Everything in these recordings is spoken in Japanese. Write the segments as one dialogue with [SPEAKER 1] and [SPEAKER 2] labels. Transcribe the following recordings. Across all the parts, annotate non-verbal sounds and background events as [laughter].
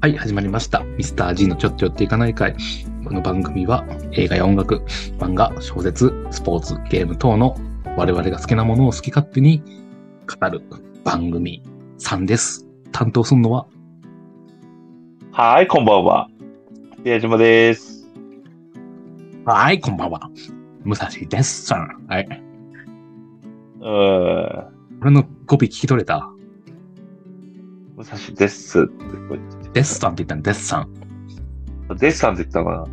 [SPEAKER 1] はい、始まりました。ミスター G のちょっと寄っていかない会。この番組は映画や音楽、漫画、小説、スポーツ、ゲーム等の我々が好きなものを好き勝手に語る番組3です。担当するのは、
[SPEAKER 2] はい、こんばんは。宮島です。
[SPEAKER 1] はい、こんばんは。武蔵ですさん。はい。
[SPEAKER 2] うーん。
[SPEAKER 1] 俺の語尾聞き取れた。
[SPEAKER 2] 武蔵ですってこう
[SPEAKER 1] デッサンって言ったの、デッサン。
[SPEAKER 2] デッサンって言ったのか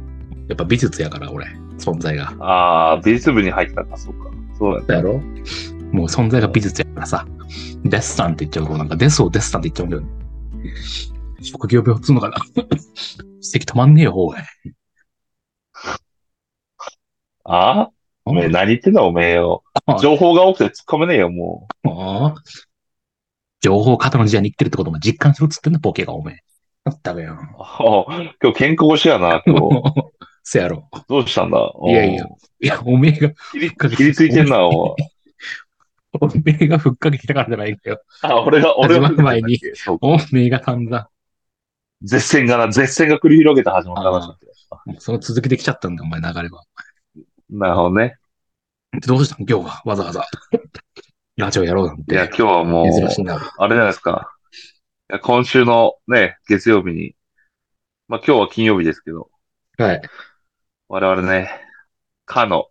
[SPEAKER 1] やっぱ美術やから、俺。存在が。
[SPEAKER 2] なあー、美術部に入ったか、そうか。そうだね。
[SPEAKER 1] だやろもう存在が美術やからさ。デッサンって言っちゃうと、なんかデスをデッサンって言っちゃうんだよね。職業病っつうのかな [laughs] 指摘止まんねえよ、おい。
[SPEAKER 2] あおめえ、何言ってんだ、おめえよ
[SPEAKER 1] あ。
[SPEAKER 2] 情報が多くて突っ込めねえよ、も
[SPEAKER 1] もう情報型の時代に生きてるってことも実感するっつってんだ、ボケが、おめえ。ダメよ。
[SPEAKER 2] う。今日健康しやな、今
[SPEAKER 1] [laughs]
[SPEAKER 2] 日。
[SPEAKER 1] せやろ。
[SPEAKER 2] どうしたんだ。
[SPEAKER 1] いやいやいや、おめえが、 [laughs]
[SPEAKER 2] 切り。切りついてんな、おい
[SPEAKER 1] おめえがふっかけてたからじゃないんだよ。
[SPEAKER 2] あ、俺が、俺が。
[SPEAKER 1] 始まる前に
[SPEAKER 2] そう
[SPEAKER 1] おめえが散々、
[SPEAKER 2] 絶戦がな、絶戦が繰り広げた始まり話だったよ
[SPEAKER 1] もうその続きできちゃったんだよ、お前流れは。
[SPEAKER 2] なるほどね。
[SPEAKER 1] どうしたの今日は、わざわ
[SPEAKER 2] [laughs]
[SPEAKER 1] ざ。ラジオやろうなん
[SPEAKER 2] いや、
[SPEAKER 1] て。
[SPEAKER 2] 今日はもう、
[SPEAKER 1] 珍しいな。
[SPEAKER 2] あれじゃないですか。いや今週のね、月曜日に、まあ今日は金曜日ですけど、
[SPEAKER 1] はい。
[SPEAKER 2] 我々ね、かの、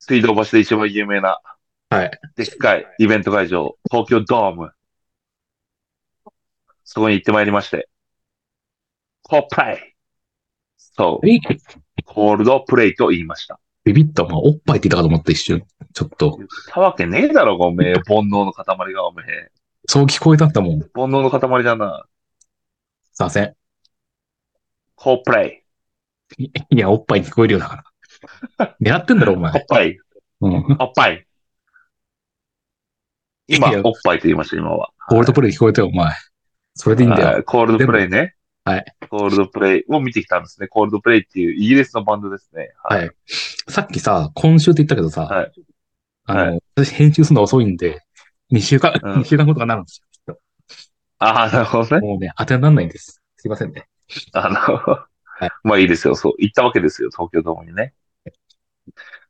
[SPEAKER 2] 水道橋で一番有名な、
[SPEAKER 1] はい。
[SPEAKER 2] でっかいイベント会場、東京ドーム。そこに行ってまいりまして、コープライそう、コールドプレイと言いました。
[SPEAKER 1] ビビった、まあ、おっぱいって言ったかと思った一瞬。ちょっと、
[SPEAKER 2] 言ったわけねえだろ、ごめん。煩悩の塊が、おめえ。
[SPEAKER 1] そう聞こえたんだもん。すい
[SPEAKER 2] 煩悩の塊だな。
[SPEAKER 1] ません。
[SPEAKER 2] コープライ。
[SPEAKER 1] いいや、おっぱいに聞こえるようだから。狙ってんだろ、お
[SPEAKER 2] コー
[SPEAKER 1] 前。
[SPEAKER 2] プライ。
[SPEAKER 1] うん。
[SPEAKER 2] おっぱい。今
[SPEAKER 1] いや、
[SPEAKER 2] おっぱいと [laughs] 言いました、今は。
[SPEAKER 1] ゴールドプレイ聞こえたよ、お前。それでいいんだ
[SPEAKER 2] は
[SPEAKER 1] よ。
[SPEAKER 2] いコールドプレイね。
[SPEAKER 1] はい。
[SPEAKER 2] コールドプレイを見てきたんですね。コールドプレイっていうイギリスのバンドですね。
[SPEAKER 1] はい。さっきさ、今週って言ったけどさ、
[SPEAKER 2] はい
[SPEAKER 1] あの、私編集するの遅いんで、2週間、
[SPEAKER 2] うん
[SPEAKER 1] 2週間後とかになるんですよ。
[SPEAKER 2] ああ、なる
[SPEAKER 1] [laughs]
[SPEAKER 2] ほどね。
[SPEAKER 1] もうね、当てにならないんです。すいませんね。
[SPEAKER 2] あの、
[SPEAKER 1] い
[SPEAKER 2] まあいいですよ。そう。行ったわけですよ。東京ドームにね。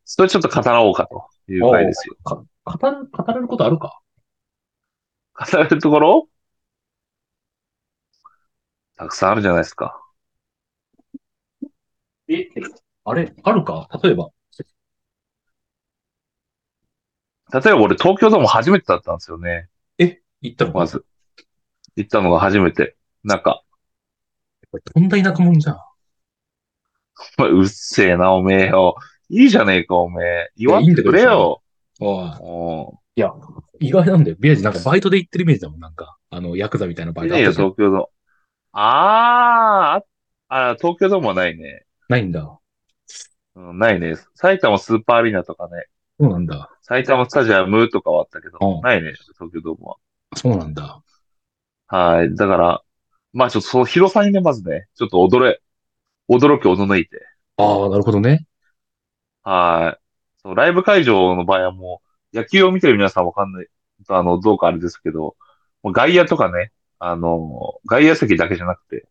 [SPEAKER 2] それちょっと語ろうかという回ですよ。
[SPEAKER 1] か語る、語れることあるか
[SPEAKER 2] 語れるところたくさんあるじゃないですか。
[SPEAKER 1] え、あれ、あるか例えば。
[SPEAKER 2] 例えば俺東京ドーム初めてだったんですよね。
[SPEAKER 1] 言ったの
[SPEAKER 2] まず。行ったのが初めて。なんか、
[SPEAKER 1] これとんだ田舎者じゃん。
[SPEAKER 2] [laughs] お前うっせえな、おめえよ。いいじゃねえか、おめえ。言わんてくれよ。
[SPEAKER 1] おい
[SPEAKER 2] お
[SPEAKER 1] いや、意外なんだよ。ビアジなんかバイトで行ってるイメージだもん、なんか。あの、ヤクザみたいなバ
[SPEAKER 2] い
[SPEAKER 1] イトあ
[SPEAKER 2] ね
[SPEAKER 1] っ
[SPEAKER 2] えよ、
[SPEAKER 1] たじゃん
[SPEAKER 2] 東京ドーム。あーあ、あ、東京ドームはないね。
[SPEAKER 1] ないんだ。そ
[SPEAKER 2] うん、ないね。埼玉スーパーアリーナとかね。
[SPEAKER 1] うなんだ。
[SPEAKER 2] 埼玉スタジアムとかはあったけど、
[SPEAKER 1] うん
[SPEAKER 2] ないね、東京ドームは。
[SPEAKER 1] そうなんだ。
[SPEAKER 2] はい。だから、まあちょっとその広さにね、まずね、ちょっと驚れ、驚き驚いて。
[SPEAKER 1] ああ、なるほどね。
[SPEAKER 2] はい。そう、ライブ会場の場合はもう、野球を見てる皆さんわかんない、あの、どうかあれですけど、もう外野とかね、あの、外野席だけじゃなくて、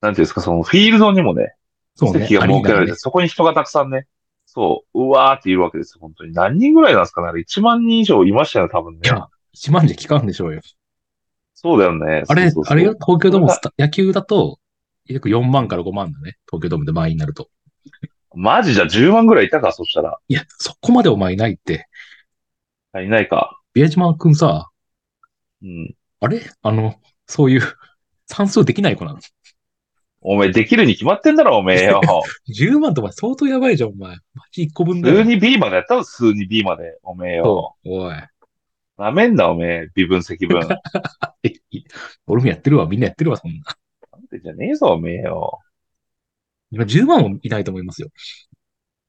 [SPEAKER 2] なんていうんですか、そのフィールドにもね、
[SPEAKER 1] そうね。
[SPEAKER 2] 席が設けら
[SPEAKER 1] アリー
[SPEAKER 2] れ
[SPEAKER 1] ナ
[SPEAKER 2] て、
[SPEAKER 1] ね
[SPEAKER 2] そこに人がたくさんね、そう、うわーっているわけですよ、本当に。何人ぐらいなんですかねあれ、1万人以上いましたよね、多分ね
[SPEAKER 1] い。や、1万じゃ効かんでしょうよ。
[SPEAKER 2] そうだよね。
[SPEAKER 1] あれ
[SPEAKER 2] そうそう、そう
[SPEAKER 1] あれよ、東京ドームスタ、野球だと、約4万から5万だね。東京ドームで満員になると。
[SPEAKER 2] マジじゃ10万ぐらいいたか、そしたら。
[SPEAKER 1] いや、そこまでお前いないって。
[SPEAKER 2] あいないか。
[SPEAKER 1] ビア島くんさ、
[SPEAKER 2] うん。
[SPEAKER 1] あれあの、そういう、算数できない子なの。
[SPEAKER 2] おめえ、できるに決まってんだろ、おめえ
[SPEAKER 1] [laughs]
[SPEAKER 2] よ。
[SPEAKER 1] 10万とお前相当やばいじゃん、お前。マジ1個分だ
[SPEAKER 2] 数
[SPEAKER 1] よ。
[SPEAKER 2] に B までやったの、数に B まで、おめえよ。
[SPEAKER 1] そう。おい。
[SPEAKER 2] なめんな、おめえ。微分積分。なん
[SPEAKER 1] えい俺もやってるわ、みんなやってるわ、そんな。
[SPEAKER 2] てじゃねえぞ、おめえよ。
[SPEAKER 1] 今10万もいないと思いますよ。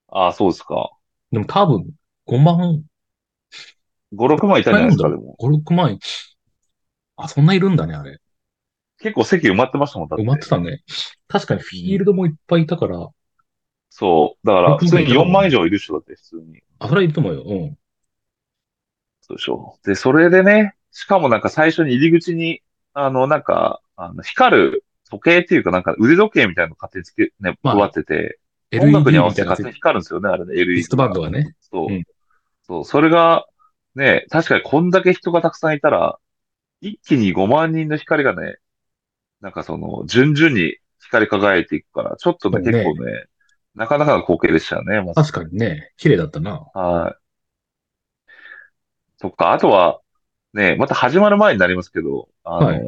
[SPEAKER 2] ああ、そうですか。
[SPEAKER 1] でも多分、5万、
[SPEAKER 2] 5、6万いたんじゃないですか、でも。
[SPEAKER 1] 5、6万。あ、そんないるんだね、あれ。
[SPEAKER 2] 結構席埋まってましたもん、だって。
[SPEAKER 1] 埋まってたね。確かにフィールドもいっぱいいたから、
[SPEAKER 2] そう。だから、
[SPEAKER 1] 6
[SPEAKER 2] 普通に
[SPEAKER 1] いたも
[SPEAKER 2] 4
[SPEAKER 1] んね
[SPEAKER 2] 万以上いる人だって、普通に。
[SPEAKER 1] あ、それはいいと思うよ。うん。
[SPEAKER 2] そうでしょ。で、それでね、しかもなんか最初に入り口に、あの、なんか、あの光る時計っていうか、なんか腕時計みたいなの勝手につけ、ね、
[SPEAKER 1] まあ
[SPEAKER 2] 配ってて、音
[SPEAKER 1] LED
[SPEAKER 2] 楽に合わせて
[SPEAKER 1] みたいな
[SPEAKER 2] 勝手に光るんですよね、あれね、LED。
[SPEAKER 1] リストバンドがね。
[SPEAKER 2] そう。
[SPEAKER 1] うん
[SPEAKER 2] そう、それが、ね、確かにこんだけ人がたくさんいたら、一気に5万人の光がね、なんかその、順々に光り輝いていくから、ちょっとね、
[SPEAKER 1] そうね
[SPEAKER 2] 結構ね、なかなかの光景でしたよね、まず
[SPEAKER 1] 確かにね、綺麗だったな。
[SPEAKER 2] はい。そっか、あとは、ね、また始まる前になりますけど、あの、
[SPEAKER 1] はい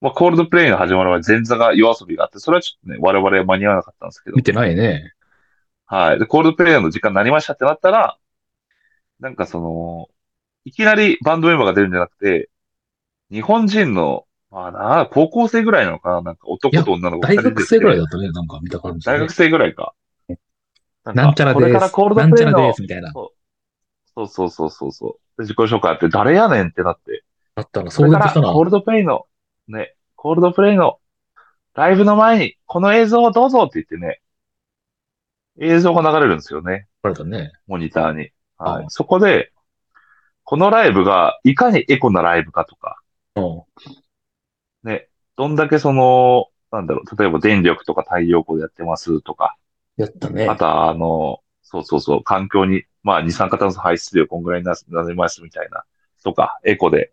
[SPEAKER 2] まあ、コールドプレイが始まる前、前座が夜遊びがあって、それはちょっとね、我々は間に合わなかったんですけど
[SPEAKER 1] 見、てないね。
[SPEAKER 2] はい。で、コールドプレイヤーの時間になりましたってなったら、なんかその、いきなりバンドメンバーが出るんじゃなくて、日本人の、まあなあ、高校生ぐらいなのかななんか男と女の子
[SPEAKER 1] 大
[SPEAKER 2] 二人出て
[SPEAKER 1] 学生ぐらいだったね、なんか見た感じ、
[SPEAKER 2] 大学生ぐらいか。な
[SPEAKER 1] なんちゃら
[SPEAKER 2] これ
[SPEAKER 1] で
[SPEAKER 2] から
[SPEAKER 1] す。
[SPEAKER 2] コールド
[SPEAKER 1] なん
[SPEAKER 2] プ
[SPEAKER 1] ち
[SPEAKER 2] レイ
[SPEAKER 1] ゃ
[SPEAKER 2] の
[SPEAKER 1] らです、みたいな。
[SPEAKER 2] そうそうそうそうそう。で自己紹介あって、誰やねんってなって。
[SPEAKER 1] あったら、
[SPEAKER 2] そ
[SPEAKER 1] 壮
[SPEAKER 2] れ
[SPEAKER 1] 絶
[SPEAKER 2] か
[SPEAKER 1] し
[SPEAKER 2] ら、
[SPEAKER 1] たな。
[SPEAKER 2] コールドプレイの、ね、コールドプレイのライブの前に、この映像をどうぞって言ってね、映像が流れるんですよね。
[SPEAKER 1] バレたね。
[SPEAKER 2] モニターに。は
[SPEAKER 1] あ
[SPEAKER 2] い、そこで、このライブがいかにエコなライブかとか、
[SPEAKER 1] うん。
[SPEAKER 2] ね、どんだけその、なんだろう、例えば電力とか太陽光でやってますとか、
[SPEAKER 1] やったね
[SPEAKER 2] あ。とはあの、そうそうそう、環境に、まあ、二酸化炭素排出量こんぐらいにななりますみたいな、とか、エコで。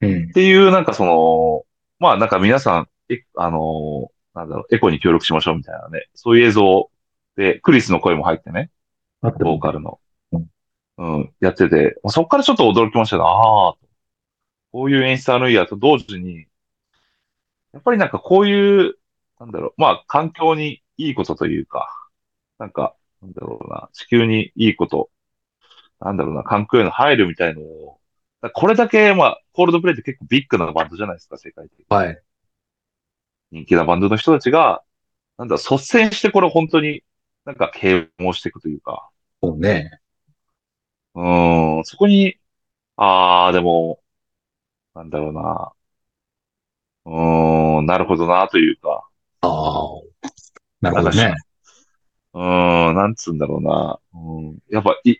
[SPEAKER 1] うん
[SPEAKER 2] っ。ていう、なんかその、まあなんか皆さん、え、あの、なんだろう、エコに協力しましょうみたいなね、そういう映像で、クリスの声も入ってね、
[SPEAKER 1] あった
[SPEAKER 2] ボーカルの
[SPEAKER 1] うん。
[SPEAKER 2] うん、やってて、まあそっからちょっと驚きましたね。ああ、こういう演出あるんやと同時に、やっぱりなんかこういう、なんだろう、まあ環境にいいことというか、なんか、なんだろうな、地球にいいこと、なんだろうな、環境への配慮みたいのを、だからこれだけ、まあ、コールドプレイって結構ビッグなバンドじゃないですか、世界的に。
[SPEAKER 1] はい。
[SPEAKER 2] 人気なバンドの人たちが、なんだろう、率先してこれ本当になんか啓蒙していくというか、
[SPEAKER 1] そうね。
[SPEAKER 2] うーん、そこに、ああ、でも、なんだろうな。うーん、なるほどな、というか。
[SPEAKER 1] ああ。なるほどね。
[SPEAKER 2] うーん、なんつうんだろうな。うん、やっぱ、い、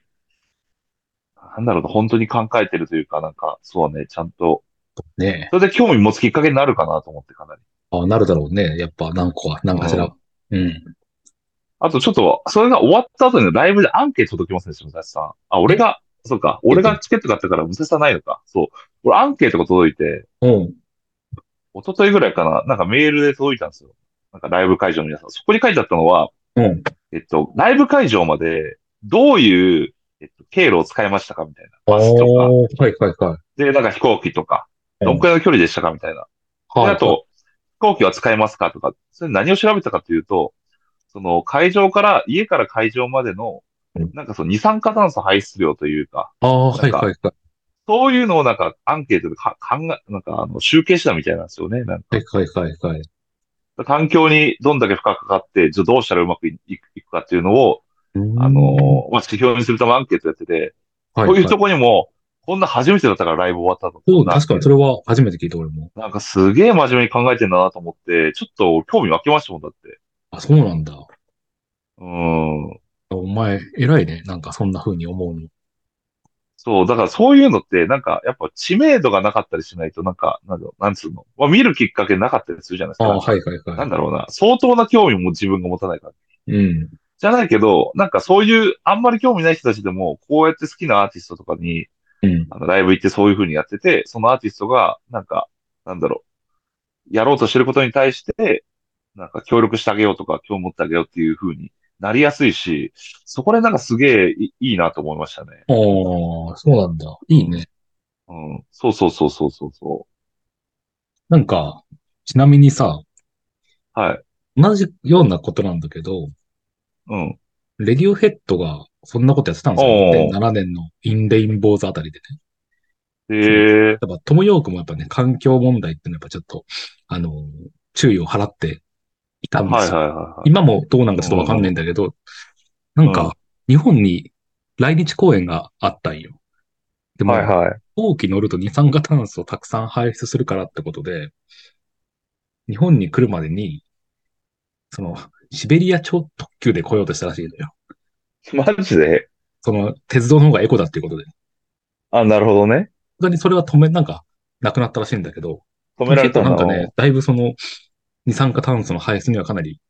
[SPEAKER 2] なんだろうな、本当に考えてるというか、なんか、そうね、ちゃんと、
[SPEAKER 1] ね
[SPEAKER 2] それで興味持つきっかけになるかなと思って、かなり。
[SPEAKER 1] ああ、なるだろうね。やっぱ何個か、何かしら。うん。
[SPEAKER 2] あとちょっと、それが終わった後にライブでアンケート届きますね、武蔵さん。あ、俺が、そうか、俺がチケット買ったから武蔵さんないのか。そう。俺アンケートが届いて、
[SPEAKER 1] うん。
[SPEAKER 2] 一昨日ぐらいかな、なんかメールで届いたんですよ。なんかライブ会場の皆さん。そこに書いてあったのは、
[SPEAKER 1] うん。
[SPEAKER 2] えっと、ライブ会場までどういう、えっと、経路を使いましたかみたいな。バスとか。
[SPEAKER 1] おーはいはいはい。
[SPEAKER 2] で、なんか飛行機とか。
[SPEAKER 1] うん
[SPEAKER 2] どんくらいの距離でしたかみたいな。で、あと、飛行機は使えますかとか。それ何を調べたかというと、その会場から、家から会場までの
[SPEAKER 1] うん、
[SPEAKER 2] なんかその二酸化炭素排出量というか、
[SPEAKER 1] ああ、はいはいはい。
[SPEAKER 2] そういうのをなんかアンケートでか考え、なんかあの集計したみたいなんですよね。なんか
[SPEAKER 1] はいはいはいはい。
[SPEAKER 2] 環境にどんだけ負荷かかって、じゃあどうしたらうまくいいくいくかっていうのを、あ
[SPEAKER 1] は
[SPEAKER 2] のーまあ、指標にするためのアンケートやってて、
[SPEAKER 1] は
[SPEAKER 2] こういうとこにも、こんな初めてだったからライブ終わったと。
[SPEAKER 1] そう、確かにそ
[SPEAKER 2] れ。
[SPEAKER 1] れは初めて聞いた俺も。
[SPEAKER 2] なんかすげえ真面目に考えてんだなと思って、ちょっと興味湧きましたもんだって。
[SPEAKER 1] あ、そうなんだ。
[SPEAKER 2] うーん。
[SPEAKER 1] お前、偉いね。なんかそんな風に思うの。
[SPEAKER 2] そう、だからそういうのって、なんかやっぱ知名度がなかったりしないと、なんか、なんだろうなんつうの。まあ、見るきっかけなかったりするじゃないです
[SPEAKER 1] あ
[SPEAKER 2] か。
[SPEAKER 1] あ、はいはい
[SPEAKER 2] な
[SPEAKER 1] は
[SPEAKER 2] んだろうな。相当な興味も自分が持たないから。
[SPEAKER 1] い。うん。
[SPEAKER 2] じゃないけど、なんかそういう、あんまり興味ない人たちでも、こうやって好きなアーティストとかに、
[SPEAKER 1] うん。
[SPEAKER 2] あの、ライブ行ってそういう風にやってて、そのアーティストが、なんか、なんだろう、やろうとしてることに対して、なんか協力してあげようとか、興味持ってあげようっていう風になりやすいし、そこでなんかすげえいいいなと思いましたね。
[SPEAKER 1] ああ、そうなんだ。いいね。
[SPEAKER 2] うん。そうそうそうそうそうそ
[SPEAKER 1] なんか、ちなみにさ、
[SPEAKER 2] う。はい。
[SPEAKER 1] 同じようなことなんだけど、
[SPEAKER 2] うん。
[SPEAKER 1] レディオヘッドがそんなことやってたんですよ。
[SPEAKER 2] おー
[SPEAKER 1] 2007年のインレインボーズあたりでね。
[SPEAKER 2] へえ。
[SPEAKER 1] やっぱトム・ヨークもやっぱね、環境問題っていうのはやっぱちょっと、あの、注意を払っていたんですよ
[SPEAKER 2] はいはいはいはい。
[SPEAKER 1] 今もどうなんかちょっとわかんないんだけど、なん
[SPEAKER 2] うん
[SPEAKER 1] か、日本に来日公演があったんよ。でも、
[SPEAKER 2] はいはい。
[SPEAKER 1] 飛行機乗ると二酸化炭素をたくさん排出するからってことで、日本に来るまでに、その、シベリア超特急で来ようとしたらしいのよ。
[SPEAKER 2] マジで
[SPEAKER 1] その、鉄道の方がエコだっていうことで。
[SPEAKER 2] あ、なるほどね。
[SPEAKER 1] 他にそれは止め、なんか、なくなったらしいんだけど、
[SPEAKER 2] 止められたの
[SPEAKER 1] なんかね、だいぶその、二酸化炭素の排出にはかなり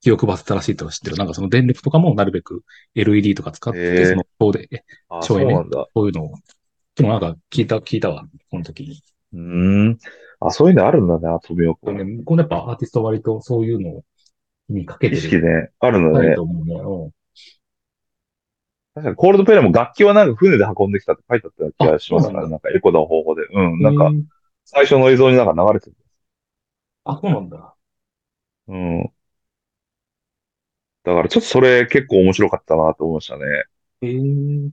[SPEAKER 1] 気を配ってたらしいとは知ってる。なんかその電力とかもなるべく LED とか使っ
[SPEAKER 2] へ
[SPEAKER 1] て、
[SPEAKER 2] ー
[SPEAKER 1] その方で、
[SPEAKER 2] あ、
[SPEAKER 1] 省
[SPEAKER 2] そ
[SPEAKER 1] エ
[SPEAKER 2] う
[SPEAKER 1] ネ
[SPEAKER 2] なんだ。
[SPEAKER 1] こういうのを、でもなんか聞いた、聞いたわ、この時に。
[SPEAKER 2] うーん。あ、そういうのあるんだな、富岡。
[SPEAKER 1] ね、このやっぱアーティストは割とそういうのをにかけて
[SPEAKER 2] 意
[SPEAKER 1] る。
[SPEAKER 2] 識ね、あるの
[SPEAKER 1] 高い
[SPEAKER 2] ね。
[SPEAKER 1] と思うね。うん
[SPEAKER 2] 確かにコールドプレイも楽器はなんか船で運んできたって書いてあったような気がしますか
[SPEAKER 1] あそうなん
[SPEAKER 2] ら、
[SPEAKER 1] だ
[SPEAKER 2] なんかエコな方法で。うん、なん
[SPEAKER 1] へ
[SPEAKER 2] か
[SPEAKER 1] ー
[SPEAKER 2] 最初の映像になんか流れてる。
[SPEAKER 1] あ、そうなんだ。
[SPEAKER 2] うん。だからちょっとそれ結構面白かったなと思いましたね。
[SPEAKER 1] へえ。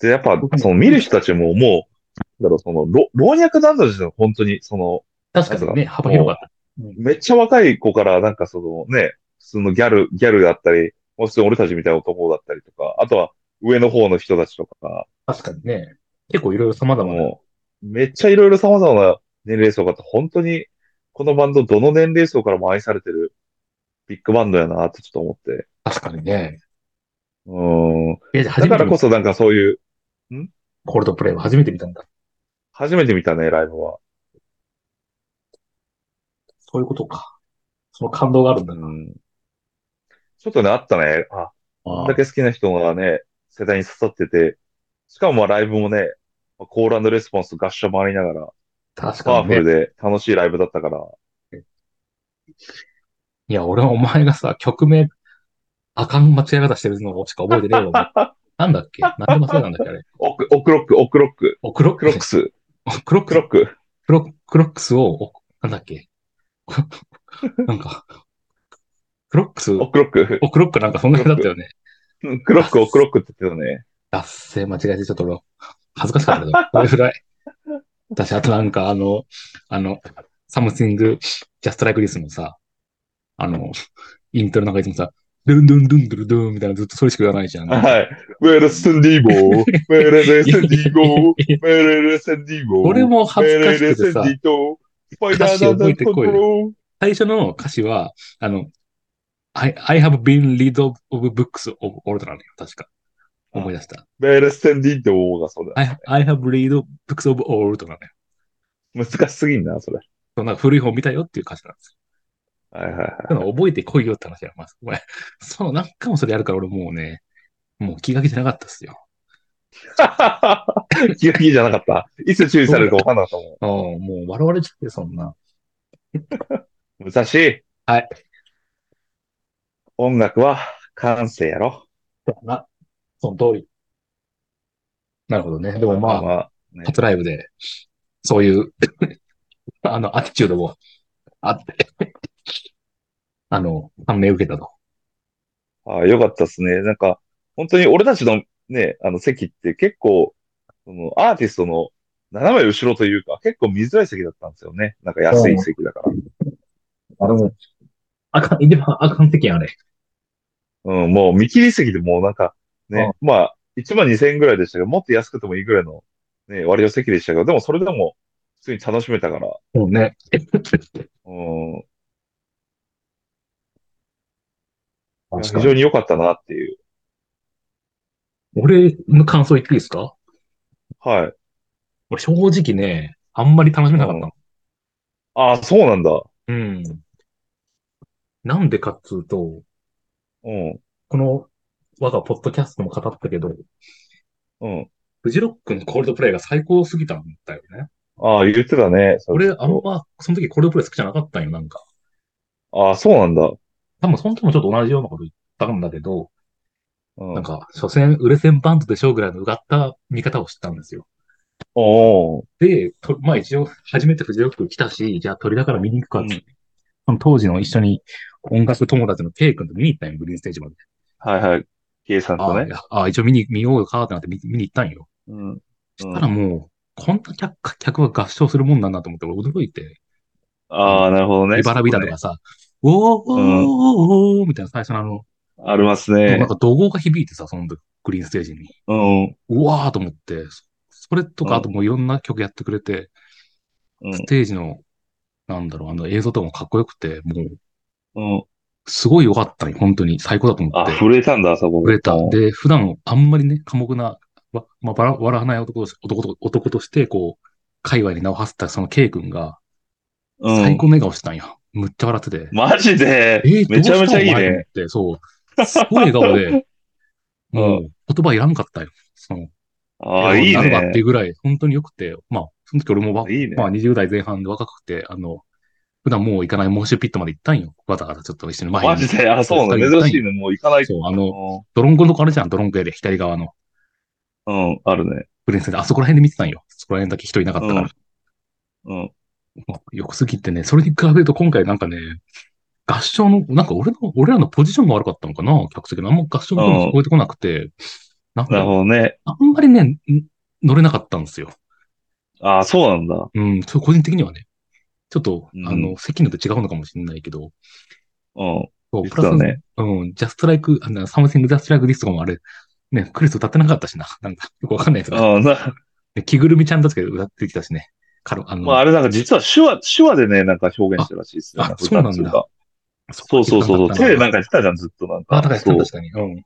[SPEAKER 2] で、やっぱその見る人たちももう、なんだろう、その老老若男女自体本当にその、
[SPEAKER 1] 確かにね、幅広かった。
[SPEAKER 2] めっちゃ若い子からなんかそのね、普通のギャル、ギャルだったり、もう普通に俺たちみたいな男だったりとか、あとは上の方の人たちとか、
[SPEAKER 1] 確かにね。結構いろいろ様々な。
[SPEAKER 2] もう、めっちゃいろいろ様々な年齢層があって、本当に、このバンドどの年齢層からも愛されてるビッグバンドやなってちょっと思って。
[SPEAKER 1] 確かにね。
[SPEAKER 2] うん。
[SPEAKER 1] え、じゃあ初
[SPEAKER 2] だ
[SPEAKER 1] め
[SPEAKER 2] か
[SPEAKER 1] て
[SPEAKER 2] らこ
[SPEAKER 1] 見た
[SPEAKER 2] そなんかそういう、
[SPEAKER 1] コールドプレイは初めて見たんだ。
[SPEAKER 2] 初めて見たね、ライブは。
[SPEAKER 1] そういうことか。その感動があるん
[SPEAKER 2] う
[SPEAKER 1] だな。
[SPEAKER 2] ん。ちょっとね、あったね。あ、こんだけ好きな人がね、世代に刺さってて、しかもまあライブもね、コールレスポンス合唱もありながら、
[SPEAKER 1] 確
[SPEAKER 2] パ
[SPEAKER 1] か
[SPEAKER 2] ワ
[SPEAKER 1] に
[SPEAKER 2] フル
[SPEAKER 1] ね。
[SPEAKER 2] で楽しいライブだったから、
[SPEAKER 1] いや、俺はお前がさ、曲名、あかん間違い方してるのしか覚えてねえ
[SPEAKER 2] [laughs]
[SPEAKER 1] よ。なんだっけなんで間違えたんだっけあれ。
[SPEAKER 2] オク、オクロック、オクロック、
[SPEAKER 1] おクロッ
[SPEAKER 2] クロッ
[SPEAKER 1] ク
[SPEAKER 2] クス、
[SPEAKER 1] クロッ
[SPEAKER 2] ク
[SPEAKER 1] ク
[SPEAKER 2] ロック。
[SPEAKER 1] クロクロックスを、おなんだっけ [laughs] なんか、クロックス、
[SPEAKER 2] オクロック。
[SPEAKER 1] おクロックなんかそんな感じだったよね。
[SPEAKER 2] うんクロック、オクロックって言ってたね。
[SPEAKER 1] 脱線間違えてちょっと俺、恥ずかしかったけど、これぐらい。私、あとなんかあの、あの、サムシング、ジャストライクリスのさ、あの、イントロなんかいつもさ、ドゥンドゥンドゥンドゥルドゥンみたいなずっとそれしか言わないじゃん。
[SPEAKER 2] はい。ウェルスンディーゴー、ウェレレセンディーゴー、ウェレレセンディーゴー、
[SPEAKER 1] 俺も恥ずかしく
[SPEAKER 2] ウェレレセ
[SPEAKER 1] て
[SPEAKER 2] ンデ
[SPEAKER 1] さ、
[SPEAKER 2] ィーゴー、スパイダ
[SPEAKER 1] 歌詞
[SPEAKER 2] ー
[SPEAKER 1] 覚
[SPEAKER 2] ダ
[SPEAKER 1] え
[SPEAKER 2] ン
[SPEAKER 1] て
[SPEAKER 2] と
[SPEAKER 1] こ
[SPEAKER 2] こ
[SPEAKER 1] いよ
[SPEAKER 2] ろ。
[SPEAKER 1] 最初の歌詞は、あの、I, I have been read of books of old なのよ、確か。思い出した。
[SPEAKER 2] ウェレセンディーゴーがそうだ。
[SPEAKER 1] I, I have read books of old なのよ。
[SPEAKER 2] 難しすぎんな、それ。
[SPEAKER 1] そんな古い本見たよっていう歌詞なんです
[SPEAKER 2] はいはいはい。
[SPEAKER 1] よ。だから覚えてこいよって話やまず。お前、その何回もそれやるから俺もうね、もう気が気じゃなかったっすよ。
[SPEAKER 2] 気が気じゃなかった。いつ注意されるか分かんなかった
[SPEAKER 1] う
[SPEAKER 2] も
[SPEAKER 1] ん、もう笑われちゃって、そんな。
[SPEAKER 2] ん。武蔵。
[SPEAKER 1] はい。
[SPEAKER 2] 音楽は感性やろ。
[SPEAKER 1] だよな。その通り。なるほどね。でもまあ、
[SPEAKER 2] あ、ね
[SPEAKER 1] 初ライブで、そういう、 [laughs] あの、アティチュードもあって、あの、感銘受けたと。
[SPEAKER 2] ああ、よかったですね。なんか、本当に俺たちのね、あの席って結構、そのアーティストの斜め後ろというか、結構見づらい席だったんですよね。なんか安い席だから。
[SPEAKER 1] あれも、あかん、一番あかん的やあれ。
[SPEAKER 2] うん、もう見切り席でもうなんか、ね、まあ、1万2000円ぐらいでしたけど、もっと安くてもいいぐらいの、ね、割りの席でしたけど、でもそれでも、普通に楽しめたから、
[SPEAKER 1] もうね。
[SPEAKER 2] うん、いや非常に良かったなっていう。
[SPEAKER 1] 俺の感想言っていいですか
[SPEAKER 2] はい。
[SPEAKER 1] 俺正直ね、あんまり楽しめなかったの。
[SPEAKER 2] ああ、そうなんだ。
[SPEAKER 1] うん。なんでかっつうと、
[SPEAKER 2] うん、
[SPEAKER 1] この我がポッドキャストも語ったけど、
[SPEAKER 2] うん。
[SPEAKER 1] フジロックのコールドプレイが最高すぎたんだよね。
[SPEAKER 2] ああ、言ってたね。それ
[SPEAKER 1] 俺、あんま、その時コールドプレイ好きじゃなかったんよ、なんか。
[SPEAKER 2] ああ、そうなんだ。
[SPEAKER 1] 多分その時もちょっと同じようなこと言ったんだけど、
[SPEAKER 2] うん。
[SPEAKER 1] なんか、所詮、売れ線バンドでしょうぐらいのうがった見方をしたんですよ。
[SPEAKER 2] おー
[SPEAKER 1] で、とまあ一応、初めてフジロック来たし、じゃあ鳥だから見に行くかっつって、その当時の一緒に音楽友達のケイ君と見に行ったんよ、グリーンステージまで。
[SPEAKER 2] はいはい。計算
[SPEAKER 1] あ
[SPEAKER 2] と
[SPEAKER 1] あ
[SPEAKER 2] ね
[SPEAKER 1] い。やああ、一応見に、見ようかってなって見見に行ったんよ。
[SPEAKER 2] うん。
[SPEAKER 1] そしたらもう、こんな客客が合唱するもんなんだと思って、俺驚いて、
[SPEAKER 2] ああ、なるほどね。
[SPEAKER 1] イバラビダと
[SPEAKER 2] そうね
[SPEAKER 1] かさ、おーおーおーおーみたいな最初のあの、
[SPEAKER 2] あります
[SPEAKER 1] なん
[SPEAKER 2] ね。
[SPEAKER 1] か怒号が響いてさ、その時グリーンステージに。
[SPEAKER 2] うん。
[SPEAKER 1] うわーと思って、そそれと
[SPEAKER 2] う
[SPEAKER 1] か、
[SPEAKER 2] ん
[SPEAKER 1] あともういろんな曲やってくれて、
[SPEAKER 2] うん
[SPEAKER 1] ステージの、なんだろう、あの映像とかもかっこよくて、もう、
[SPEAKER 2] うん。
[SPEAKER 1] すごい良かったね、本当に。最高だと思
[SPEAKER 2] あ、
[SPEAKER 1] って。
[SPEAKER 2] 触れたんだ、あそこ。
[SPEAKER 1] 触れた。
[SPEAKER 2] うん
[SPEAKER 1] で、普段あんまりね、寡黙なわ、まあ、ばら笑わない男とし男と男として、こう、界隈に名を馳せたその K 君が、
[SPEAKER 2] う
[SPEAKER 1] 最
[SPEAKER 2] ん。
[SPEAKER 1] 高の笑顔してたんや。むっちゃ笑ってて。
[SPEAKER 2] マジで、
[SPEAKER 1] えー
[SPEAKER 2] めちゃめちゃいい。
[SPEAKER 1] どうしたお前と思
[SPEAKER 2] ね
[SPEAKER 1] っ。てそう。すごい笑顔
[SPEAKER 2] [laughs]
[SPEAKER 1] で、
[SPEAKER 2] うん
[SPEAKER 1] もう言葉いらんかったよ。その、
[SPEAKER 2] ああ、いい
[SPEAKER 1] なるかってい
[SPEAKER 2] ね。
[SPEAKER 1] うぐらい、本当に良くて、まあ、その時俺もわ、
[SPEAKER 2] いいね。
[SPEAKER 1] まあ、20代前半で若くて、あの、普段もう行かないモーシュピットまで行ったんよ。わざわざちょっと一緒に前に。
[SPEAKER 2] マジで、あ、そうな
[SPEAKER 1] 二
[SPEAKER 2] の、
[SPEAKER 1] 人行ったんよ
[SPEAKER 2] 珍しいね。もう行かないと。
[SPEAKER 1] そう、あ
[SPEAKER 2] う
[SPEAKER 1] の、ドロンコのとこあるじゃん、ドロンコ屋で、左側の。
[SPEAKER 2] ん、うんあるね。
[SPEAKER 1] プレゼンで、あそこら辺で見てたんよ。そこら辺だけ人いなかったから。
[SPEAKER 2] うん。
[SPEAKER 1] もうよくすぎてね、それに比べると今回なんかね、合唱の、なんか俺の、俺らのポジションが悪かったのかな客席の。あんま合唱の声も聞こえてこなくて、なん
[SPEAKER 2] なる
[SPEAKER 1] か、
[SPEAKER 2] ほどね。
[SPEAKER 1] あんまりね、ん乗れなかったんですよ。
[SPEAKER 2] ああ、そうなんだ。
[SPEAKER 1] うん、そう個人的にはね。ちょっと、
[SPEAKER 2] うん
[SPEAKER 1] あの、席によって違うのかもしれないけど、
[SPEAKER 2] うん。
[SPEAKER 1] そうプ
[SPEAKER 2] 実は
[SPEAKER 1] ラス、
[SPEAKER 2] ね。
[SPEAKER 1] うん、ジャストライク、あの、サムシングジャストライクディスとかもあれ、ね、クリス歌ってなかったしな。なんか、よくわかんないですが、
[SPEAKER 2] うん。な
[SPEAKER 1] で着ぐるみちゃんたちが歌ってきたしね。カロあの、
[SPEAKER 2] まあ、あれなんか実は手話、手話でね、なんか表現してるらしいですよ。
[SPEAKER 1] あ
[SPEAKER 2] なんか
[SPEAKER 1] あそうなんだ
[SPEAKER 2] 歌っていか
[SPEAKER 1] そ
[SPEAKER 2] そうそうそうそう。手でな
[SPEAKER 1] か
[SPEAKER 2] んか言ってたじゃん、ずっとなん
[SPEAKER 1] あ、
[SPEAKER 2] か。
[SPEAKER 1] だから
[SPEAKER 2] そう
[SPEAKER 1] 確かに。うん。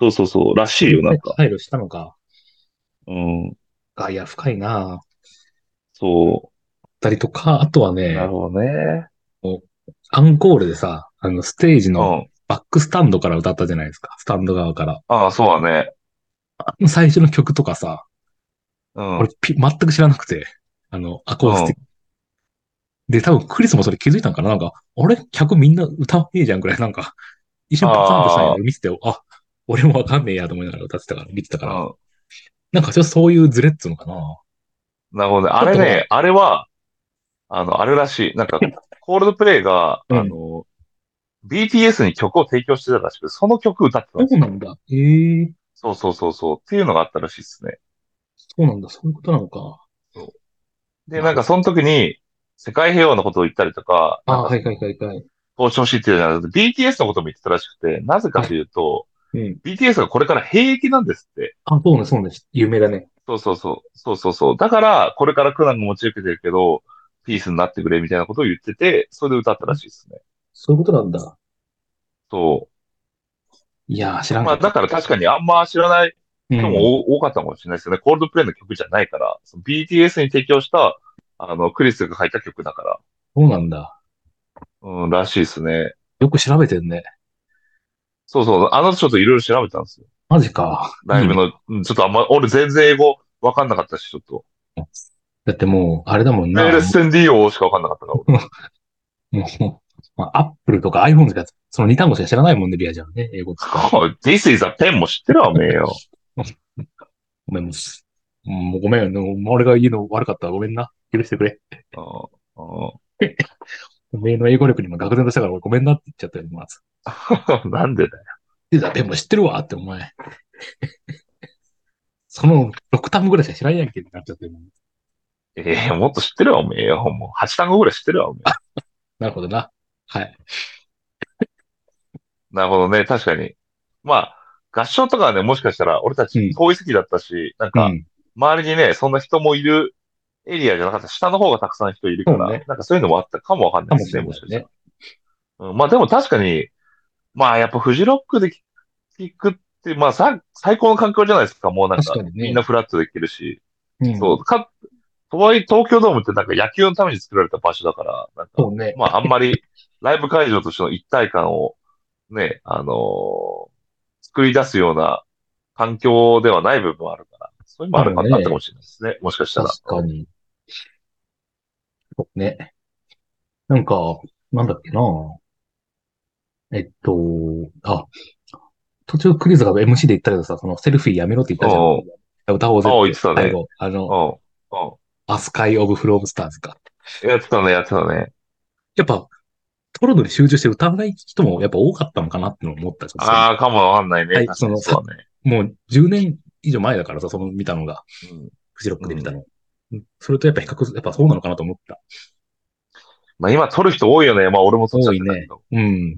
[SPEAKER 2] そうそうそう。らしいよ、なんか。
[SPEAKER 1] 配慮したのか。
[SPEAKER 2] うん。
[SPEAKER 1] あ、いや、深いな
[SPEAKER 2] そ
[SPEAKER 1] だったりとか、あとは
[SPEAKER 2] う。な
[SPEAKER 1] ね
[SPEAKER 2] る、ほどね。
[SPEAKER 1] アンコールでさ、あの、ステージ
[SPEAKER 2] う
[SPEAKER 1] の
[SPEAKER 2] ん。
[SPEAKER 1] バックスタンドから歌ったじゃないですか。スタンド側から。
[SPEAKER 2] ああ、そうだね。
[SPEAKER 1] あの最初の曲とかさ、
[SPEAKER 2] うん。
[SPEAKER 1] 俺ピ、全く知らなくて、あの、アコースティック。で、多分クリスもそれ気づいたんかななんか、あれ客みんな歌わねえじゃんくらい、なんか、一瞬パタンとしたん
[SPEAKER 2] あ
[SPEAKER 1] や
[SPEAKER 2] ー
[SPEAKER 1] 俺見てて、あ、俺もわかんねえやと思いながら歌ってたから、見てたから。
[SPEAKER 2] うん
[SPEAKER 1] なんか、ちょっとそういうズレっつうのかな
[SPEAKER 2] なるほどね。あれね、あれは、あの、あれらしい。なんか、コールドプレイが、
[SPEAKER 1] うん
[SPEAKER 2] あの、BTS に曲を提供してたらしく、その曲歌ってたんです
[SPEAKER 1] そう
[SPEAKER 2] よ。
[SPEAKER 1] なんだ。ええ
[SPEAKER 2] そうそうそうそう。っていうのがあったらしいですね。
[SPEAKER 1] そうなんだ。そういうことなのか。
[SPEAKER 2] で、なんかその時に、世界平和のことを言ったりとか、
[SPEAKER 1] あ
[SPEAKER 2] なんか
[SPEAKER 1] はいはいはいはい。
[SPEAKER 2] 交渉してっていうのは、BTS のことも言ってたらしくて、なぜかというと、
[SPEAKER 1] うん。
[SPEAKER 2] BTS がこれから兵役なんですって。
[SPEAKER 1] あ、そうね、そうね。有名だね。
[SPEAKER 2] そうそうそう。そうそうそう。だから、これから苦難が持ち受けてるけど、ピースになってくれみたいなことを言ってて、それで歌ったらしいですね。
[SPEAKER 1] そういうことなんだ。
[SPEAKER 2] そう。
[SPEAKER 1] いやー、知らん
[SPEAKER 2] ま
[SPEAKER 1] か
[SPEAKER 2] あ、
[SPEAKER 1] った。
[SPEAKER 2] だから確かにあんま知らない
[SPEAKER 1] うん
[SPEAKER 2] 人も多多かったかもしれないですよね。コールドプレイの曲じゃないから、その BTS に提供した、あの、クリスが書いた曲だか
[SPEAKER 1] そうなんだ。
[SPEAKER 2] ら、うん、らしいですね。
[SPEAKER 1] よく調べてんね。
[SPEAKER 2] そうそう、あのちょっといろいろ調べたんですよ。
[SPEAKER 1] マジか。
[SPEAKER 2] ライブの、うんちょっとあんま、俺全然英語わかんなかったし、ちょっと。
[SPEAKER 1] だってもう、あれだもんな。
[SPEAKER 2] メールステンディオしかわかんなかったから、 [laughs] 俺
[SPEAKER 1] もう、ま [laughs] あ、アップルとか iPhone しか、その二単語しか知らないもんね、リアちゃんね。英語使う。
[SPEAKER 2] おい This is a pen も知ってるわ、おめえよ。
[SPEAKER 1] ごめん、もう、もうごめん、でも俺が言うの悪かったらごめんな。許してくれ。
[SPEAKER 2] うん
[SPEAKER 1] おめえの英語力にも愕然としたから、俺ごめんなって言っちゃったよ、まず。
[SPEAKER 2] うん [laughs] なんでだよ。
[SPEAKER 1] で、だってもう知ってるわって、お前。 [laughs] その6単語ぐらいしか知らんやんけってなっちゃってる。
[SPEAKER 2] ええもっと知ってるわ、おめえよ。もう8単語ぐらい知ってるわ、
[SPEAKER 1] [laughs]
[SPEAKER 2] おめえ。
[SPEAKER 1] なるほどな。はい。
[SPEAKER 2] なるほどね。確かに。まあ、合唱とかはね、もしかしたら、俺た
[SPEAKER 1] うん
[SPEAKER 2] ち遠い席だったし、なん
[SPEAKER 1] う
[SPEAKER 2] か、
[SPEAKER 1] ん。
[SPEAKER 2] 周りにね、そんな人もいるエリアじゃなかった。下の方がたくさん人いるか
[SPEAKER 1] そう
[SPEAKER 2] ら
[SPEAKER 1] ね、
[SPEAKER 2] なんかそういうのもあったかもわかんないですね、
[SPEAKER 1] かも
[SPEAKER 2] も
[SPEAKER 1] し
[SPEAKER 2] し
[SPEAKER 1] れ
[SPEAKER 2] か
[SPEAKER 1] な
[SPEAKER 2] し
[SPEAKER 1] いね
[SPEAKER 2] たら。うんまあでも確かに、まあやっぱフジロックで聞くって、まあさ最高の環境じゃないですか、もうなんか
[SPEAKER 1] 確、かにね
[SPEAKER 2] みんなフラットできるし。
[SPEAKER 1] うん
[SPEAKER 2] そう、か、とはいえ東京ドームってなんか野球のために作られた場所だから、なんか
[SPEAKER 1] そうね。
[SPEAKER 2] まあ、あんまりライブ会場としての一体感をね、あのー作り出すような環境ではない部分もあるから、そういうのもあるか
[SPEAKER 1] あるね
[SPEAKER 2] あったかもしれないですね。もしかしたら。
[SPEAKER 1] 確かに。そうね。なんか、なんだっけなえっと、あ、途中クリズが MC で言ったけどさ、そのセルフィーやめろって言ったじ
[SPEAKER 2] おう
[SPEAKER 1] ゃん。歌おうぜ
[SPEAKER 2] お
[SPEAKER 1] っ
[SPEAKER 2] う言
[SPEAKER 1] て。
[SPEAKER 2] ってたね
[SPEAKER 1] 最後、あ
[SPEAKER 2] う
[SPEAKER 1] の、
[SPEAKER 2] ん。う
[SPEAKER 1] アスカイ・オブ・フローム・スターズか。
[SPEAKER 2] ん。やってたね、やってたね。
[SPEAKER 1] やっぱ、撮るのに集中して歌わない人もやっぱ多かったのかなってのを思った。ちょっと
[SPEAKER 2] ああ、かもわかんないね。
[SPEAKER 1] はい
[SPEAKER 2] 確かに
[SPEAKER 1] その
[SPEAKER 2] そうだね。
[SPEAKER 1] もう10年以上前だからさ、その見たのが、
[SPEAKER 2] うん
[SPEAKER 1] フジロックで見たの。それとやっぱ比較す、やっぱそうなのかなと思った。
[SPEAKER 2] まあ今撮る人多いよね。まあ俺も撮っちゃってたけど。
[SPEAKER 1] うん。や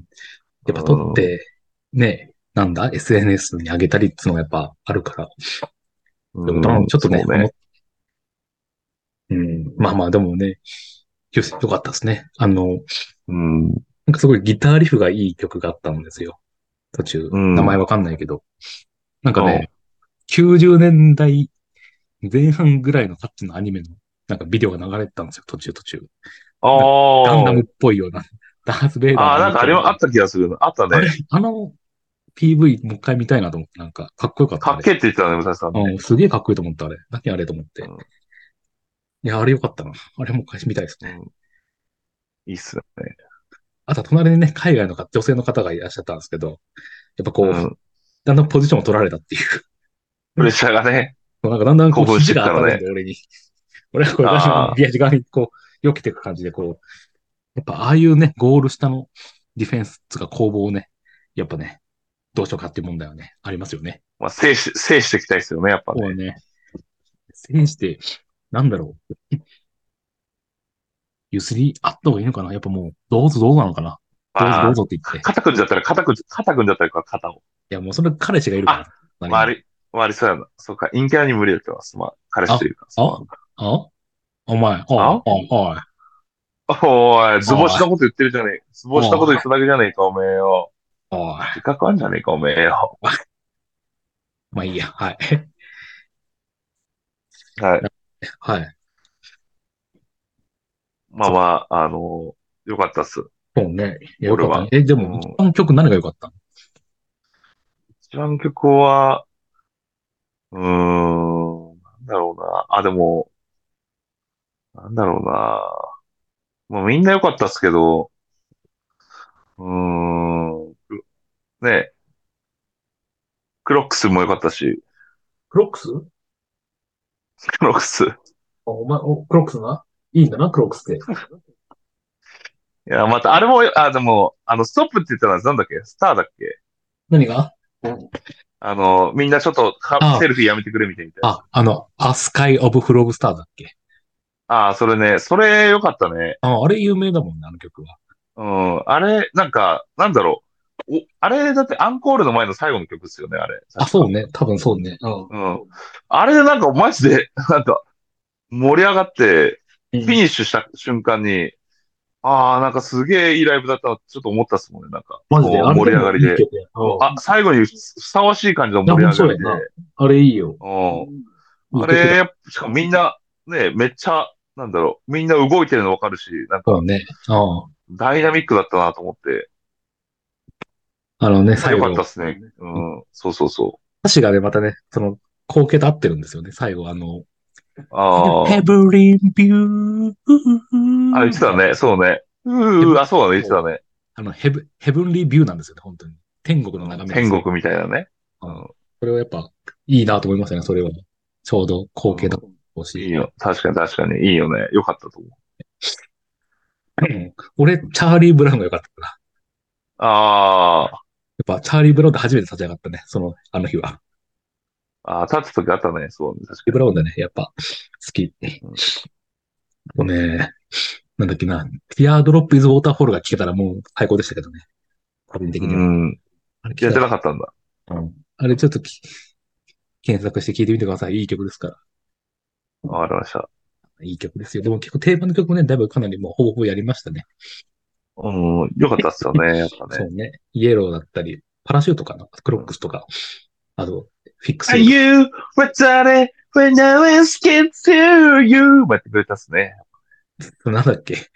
[SPEAKER 1] っぱ撮って、ね、なんだ、SNS に上げたりっていうのがやっぱあるから。で
[SPEAKER 2] う
[SPEAKER 1] も
[SPEAKER 2] ん、
[SPEAKER 1] 多分ちょっとね、
[SPEAKER 2] そう
[SPEAKER 1] 思っうん、まあまあ、でもね、よし、よかったですね。あの、
[SPEAKER 2] うん。
[SPEAKER 1] なんかすごいギターリフがいい曲があったんですよ。途中。
[SPEAKER 2] うん
[SPEAKER 1] 名前わかんないけど。なんかね、 90年代前半ぐらいのタッチのアニメの、なんかビデオが流れてたんですよ、途中途中。
[SPEAKER 2] ああ。
[SPEAKER 1] ガンダムっぽいような、ダース・ベイダーの
[SPEAKER 2] ああ、なんかあれはあった気がするな。あった
[SPEAKER 1] あれ
[SPEAKER 2] ね。
[SPEAKER 1] あの PV もう一回見たいなと思って、なんかかっこよかった。
[SPEAKER 2] か
[SPEAKER 1] あ
[SPEAKER 2] っ
[SPEAKER 1] れ
[SPEAKER 2] けえって言ってたね、武蔵さんね。
[SPEAKER 1] うん、すげえかっこいいと思った、あれ。何あれと思って。
[SPEAKER 2] うん
[SPEAKER 1] いや、あれよかったな。あれもう一回見たいですね。
[SPEAKER 2] いいっすね。
[SPEAKER 1] あとは隣にね、海外の方女性の方がいらっしゃったんですけど、やっぱこう、
[SPEAKER 2] うん
[SPEAKER 1] だんだんポジションを取られたっていう。
[SPEAKER 2] プレッシャーがね。
[SPEAKER 1] なんかだんだんこう、 [laughs]
[SPEAKER 2] 興奮
[SPEAKER 1] 肘
[SPEAKER 2] してき
[SPEAKER 1] が
[SPEAKER 2] た
[SPEAKER 1] 当た
[SPEAKER 2] のね
[SPEAKER 1] るんで、俺に。 [laughs] 俺がこう、私
[SPEAKER 2] あ
[SPEAKER 1] の
[SPEAKER 2] ー
[SPEAKER 1] 右足側にこう、避けていく感じで、こう、やっぱああいうね、ゴール下のディフェンスとか攻防をね、やっぱね、どうしようかっていう問題はね、ありますよね。
[SPEAKER 2] まあ、制し、制していきたいっすよね、やっぱ
[SPEAKER 1] こ
[SPEAKER 2] ね。
[SPEAKER 1] うね、選手って、なんだろう。 [laughs] ゆすりあった方がいいのかなやっぱもう、どうぞどうぞなのかなどうぞ
[SPEAKER 2] ま
[SPEAKER 1] ど
[SPEAKER 2] あ
[SPEAKER 1] うぞって言って。
[SPEAKER 2] 肩組んじゃったら、肩組んじゃ、肩組んじゃったら、肩を。
[SPEAKER 1] いや、もうそれ彼氏がいるから。
[SPEAKER 2] まあ、あり、まあ、ありそうやな。そうか、陰キャに無理だってます。まあ、彼氏というか。
[SPEAKER 1] ああお前、おい
[SPEAKER 2] あ、
[SPEAKER 1] おい、おい。
[SPEAKER 2] おい、ズボしたこと言ってるじゃねえ。ズボしたこと言っただけじゃねえか、おめえよ。
[SPEAKER 1] おい。
[SPEAKER 2] 自覚あんじゃねえか、おめえよ。
[SPEAKER 1] まあいいや、はい。 [laughs]
[SPEAKER 2] はい。
[SPEAKER 1] はい。
[SPEAKER 2] まあまあ、あのよかったっす。
[SPEAKER 1] そうね。いやよかった
[SPEAKER 2] 俺
[SPEAKER 1] ね
[SPEAKER 2] は。
[SPEAKER 1] え、で
[SPEAKER 2] う
[SPEAKER 1] も
[SPEAKER 2] ん、
[SPEAKER 1] 一番曲何が良かったの
[SPEAKER 2] 一番曲は、うーん、なんだろうな。あ、でも、なんだろうな。まあみんな良かったっすけど、うーん、ねえクロックスも良かったし、
[SPEAKER 1] クロックス
[SPEAKER 2] クロックス。い
[SPEAKER 1] お前、おクロックスないいんだな、クロックスって。
[SPEAKER 2] や、また、あれも、あ、でも、あの、ストップって言ったらなんだっけスターだっけ
[SPEAKER 1] 何が
[SPEAKER 2] あの、みんなちょっとか
[SPEAKER 1] あ
[SPEAKER 2] セルフィーやめてくれみたいな。
[SPEAKER 1] あ、あの、アスカイ・オブ・フロブ・スターだっけ
[SPEAKER 2] ああ、それね、それ良かったね。
[SPEAKER 1] あ、あれ有名だもんね、あの曲は。
[SPEAKER 2] うん、あれ、なんか、なんだろう。お、あれ、だってアンコールの前の最後の曲ですよね、あれ。
[SPEAKER 1] あ、そうね。多分そうね。うん。
[SPEAKER 2] うん。あれでなんかマジで、 [laughs] なんか、盛り上がって、
[SPEAKER 1] うん
[SPEAKER 2] フィニッシュした瞬間に、ああ、なんかすげえいいライブだったなってちょっと思ったっすもんね、なんか。
[SPEAKER 1] マジで、
[SPEAKER 2] こう
[SPEAKER 1] あれ
[SPEAKER 2] 盛り上がり
[SPEAKER 1] いい
[SPEAKER 2] で。
[SPEAKER 1] 曲やうん
[SPEAKER 2] あ、最後にふさわしい感じの盛り上がり
[SPEAKER 1] い
[SPEAKER 2] で
[SPEAKER 1] やほんとそうや。あれいいよ。
[SPEAKER 2] うん。
[SPEAKER 1] いい
[SPEAKER 2] あ
[SPEAKER 1] 曲だ
[SPEAKER 2] れ、やっぱしかもみんな、ね、めっちゃ、なんだろう、みんな動いてるのわかるし、なん
[SPEAKER 1] そ
[SPEAKER 2] か
[SPEAKER 1] う、ね。うん。
[SPEAKER 2] ダイナミックだったなと思って、
[SPEAKER 1] あのね、
[SPEAKER 2] まあ
[SPEAKER 1] 最
[SPEAKER 2] よ
[SPEAKER 1] 後
[SPEAKER 2] かっ、たっすね。うん、そうそうそ
[SPEAKER 1] 歌詞がね、またね、その、光景と合ってるんですよね、最後、あの、
[SPEAKER 2] う。ああ、
[SPEAKER 1] ヘブリンビュー。
[SPEAKER 2] あ、言ってたね、そうね。うー、あ、そうだね、言ってたね。
[SPEAKER 1] あの、ヘブ、ヘブンリービューなんですよね、本当に。天国の眺めです
[SPEAKER 2] 天。国みたいなね。
[SPEAKER 1] うんそれはやっぱ、いいなと思いましたね、それは。ちょうど光景だと思う
[SPEAKER 2] い
[SPEAKER 1] し。
[SPEAKER 2] いよ。確かに確かに。いいよね。よかったと思う。
[SPEAKER 1] うん俺、チャーリー・ブラウンが良かったか
[SPEAKER 2] あ
[SPEAKER 1] な。やっぱ、チャーリー・ブラウンが初めて立ち上がったね、その、あの日は。
[SPEAKER 2] あ、あー立つ時あったね。そうね。確
[SPEAKER 1] ブ
[SPEAKER 2] かに。
[SPEAKER 1] ラウンだね、やっぱ、好き。
[SPEAKER 2] ん
[SPEAKER 1] あとね、なんだっけな、ティアードロップ・イズ・ウォーターフォールが聞けたらもう最高でしたけどね。個人的には。
[SPEAKER 2] うん。
[SPEAKER 1] あれ聞け
[SPEAKER 2] やったて
[SPEAKER 1] ら
[SPEAKER 2] なかったんだ。
[SPEAKER 1] うんあれちょっとき検索して聞いてみてください。いい曲ですから。
[SPEAKER 2] わかりました。
[SPEAKER 1] いい曲ですよ。でも結構定番の曲もね、だいぶかなりもうほぼほぼやりましたね。
[SPEAKER 2] うん。よかったっすよね。
[SPEAKER 1] [laughs]
[SPEAKER 2] やっぱ
[SPEAKER 1] そ
[SPEAKER 2] ね。
[SPEAKER 1] うね。イエローだったり、パラシュートかな。クロックスとか。あと、フィックス。
[SPEAKER 2] Are you what's on it when I was get to you? まあやってくれたっすね。
[SPEAKER 1] なんだっけ。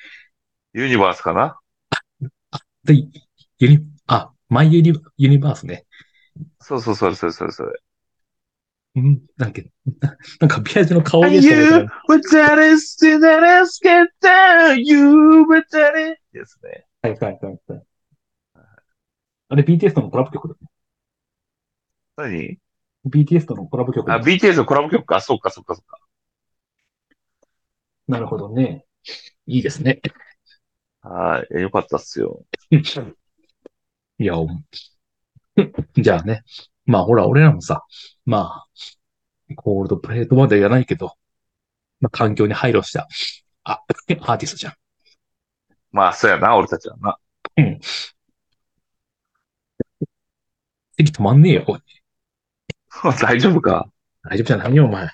[SPEAKER 2] ユニバースかな
[SPEAKER 1] で、ユニ、あ、マイユニユニバースね。
[SPEAKER 2] そうそう、それそれそれそれ。
[SPEAKER 1] うん、なんか、ななんか、ビアジの顔
[SPEAKER 2] Are
[SPEAKER 1] でした
[SPEAKER 2] you
[SPEAKER 1] ね。
[SPEAKER 2] what's on it when I was get to you? What's on it? です
[SPEAKER 1] [laughs]
[SPEAKER 2] ね。
[SPEAKER 1] はいはいはいはい。あれ、BTS とのコラボ曲だね。
[SPEAKER 2] 何
[SPEAKER 1] BTS とのコラボ曲だ
[SPEAKER 2] あ、
[SPEAKER 1] ね
[SPEAKER 2] BTS のコラボ曲か。そうか、そうか、そうか。
[SPEAKER 1] なるほどね。いいですね。
[SPEAKER 2] はいいや。よかったっすよ。
[SPEAKER 1] いや、おん [laughs] じゃあね。まあ、ほら、俺らもさ、まあ、コールドプレートまでやらないけど、まあ、環境に配慮した、あ、 [laughs] アーティストじゃん。
[SPEAKER 2] まあ、そうやな、俺たちはな。 [laughs]
[SPEAKER 1] 席止まんねえよ、おい
[SPEAKER 2] 大丈夫か
[SPEAKER 1] 大丈夫じゃないよ、お前。あ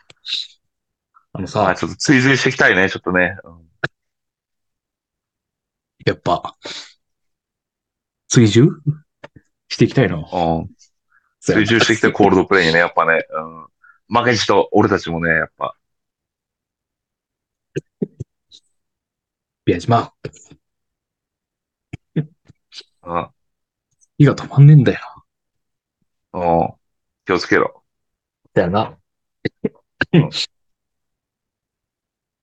[SPEAKER 1] の
[SPEAKER 2] あ、
[SPEAKER 1] さ、
[SPEAKER 2] ちょっと追随していきたいね、ちょっとね。うん
[SPEAKER 1] やっぱ、追従していきたいな。
[SPEAKER 2] うん。
[SPEAKER 1] そう
[SPEAKER 2] 集
[SPEAKER 1] や
[SPEAKER 2] 中してきてコールドプレイにね、やっぱね、うん。負けじと、俺たちもね、やっぱ、
[SPEAKER 1] ビア島、
[SPEAKER 2] うん。
[SPEAKER 1] 火が止まんねえんだよ。
[SPEAKER 2] うん。気をつけろ。
[SPEAKER 1] だよな
[SPEAKER 2] うん。
[SPEAKER 1] [laughs]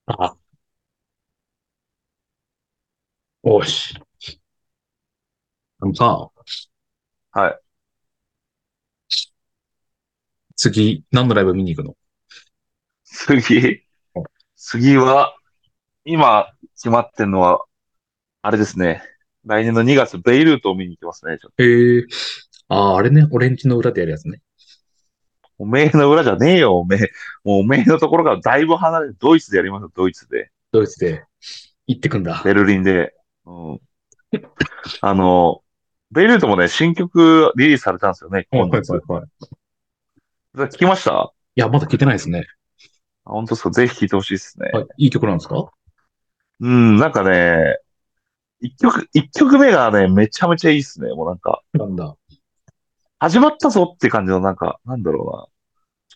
[SPEAKER 1] あ。おし。あのさ、
[SPEAKER 2] はい。
[SPEAKER 1] 次、何のライブ見に行くの
[SPEAKER 2] 次
[SPEAKER 1] うん、
[SPEAKER 2] 次は、今、決まってんのは、あれですね。来年の2月、ベイルートを見に行きますね。ちょっ
[SPEAKER 1] ええああ、あれね、オレンジの裏でやるやつね。
[SPEAKER 2] とおめえの裏じゃねえよ、おめえ。もうおめえのところからだいぶ離れて、ドイツでやりますよ、ドイツで。
[SPEAKER 1] ドイツで行ってくんだ。
[SPEAKER 2] ベルリンで。うん。あの、ベイルートもね、新曲リリースされたんですよね。
[SPEAKER 1] はい
[SPEAKER 2] 今
[SPEAKER 1] はい
[SPEAKER 2] 月
[SPEAKER 1] はいはい。い
[SPEAKER 2] 聞きましたあ
[SPEAKER 1] や、まだ聞いてないですね。
[SPEAKER 2] 本当ですかぜひ聴いてほしいですね。
[SPEAKER 1] はい、いい曲なんですか
[SPEAKER 2] うん、なんかね、一曲、一曲目がね、めちゃめちゃいいですね。もうなんか、
[SPEAKER 1] なんだ。
[SPEAKER 2] 始まったぞって感じの、なんか、なんだろう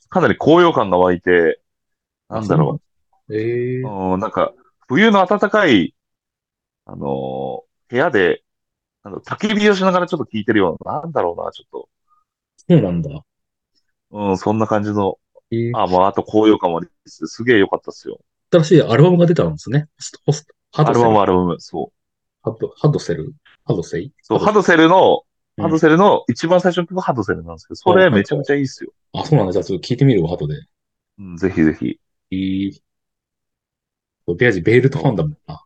[SPEAKER 2] な。かなり高揚感が湧いて、なんだろ
[SPEAKER 1] う。ええ
[SPEAKER 2] う。うん、なんか、冬の暖かい、あのー部屋で、なんだ焚き火をしながらちょっと聴いてるような、なんだろうな、ちょっと。
[SPEAKER 1] そうなんだ。
[SPEAKER 2] うん、そんな感じの。
[SPEAKER 1] ええ
[SPEAKER 2] あ、まあ、あと高揚感もありつつ、すげえ良かったっすよ。
[SPEAKER 1] 新しいアルバムが出たんですね。ホスト、ハ
[SPEAKER 2] ア
[SPEAKER 1] ド
[SPEAKER 2] ル
[SPEAKER 1] セ
[SPEAKER 2] バ
[SPEAKER 1] ル
[SPEAKER 2] ム、。アルバム、そう。
[SPEAKER 1] ハド、ハドセルハドセイ
[SPEAKER 2] そう、ハドセル
[SPEAKER 1] う
[SPEAKER 2] の、
[SPEAKER 1] ん
[SPEAKER 2] ハドセルの、一番最初の曲ハドセルなんですけど、そ
[SPEAKER 1] はい
[SPEAKER 2] れ
[SPEAKER 1] はい
[SPEAKER 2] めちゃめちゃいいっすよ。
[SPEAKER 1] あ、そうなんだ。じゃあちょっと聞いてみるわ、後で。
[SPEAKER 2] うん、ぜひぜひ。
[SPEAKER 1] いい。ベアジ、ベールトファンだもんな。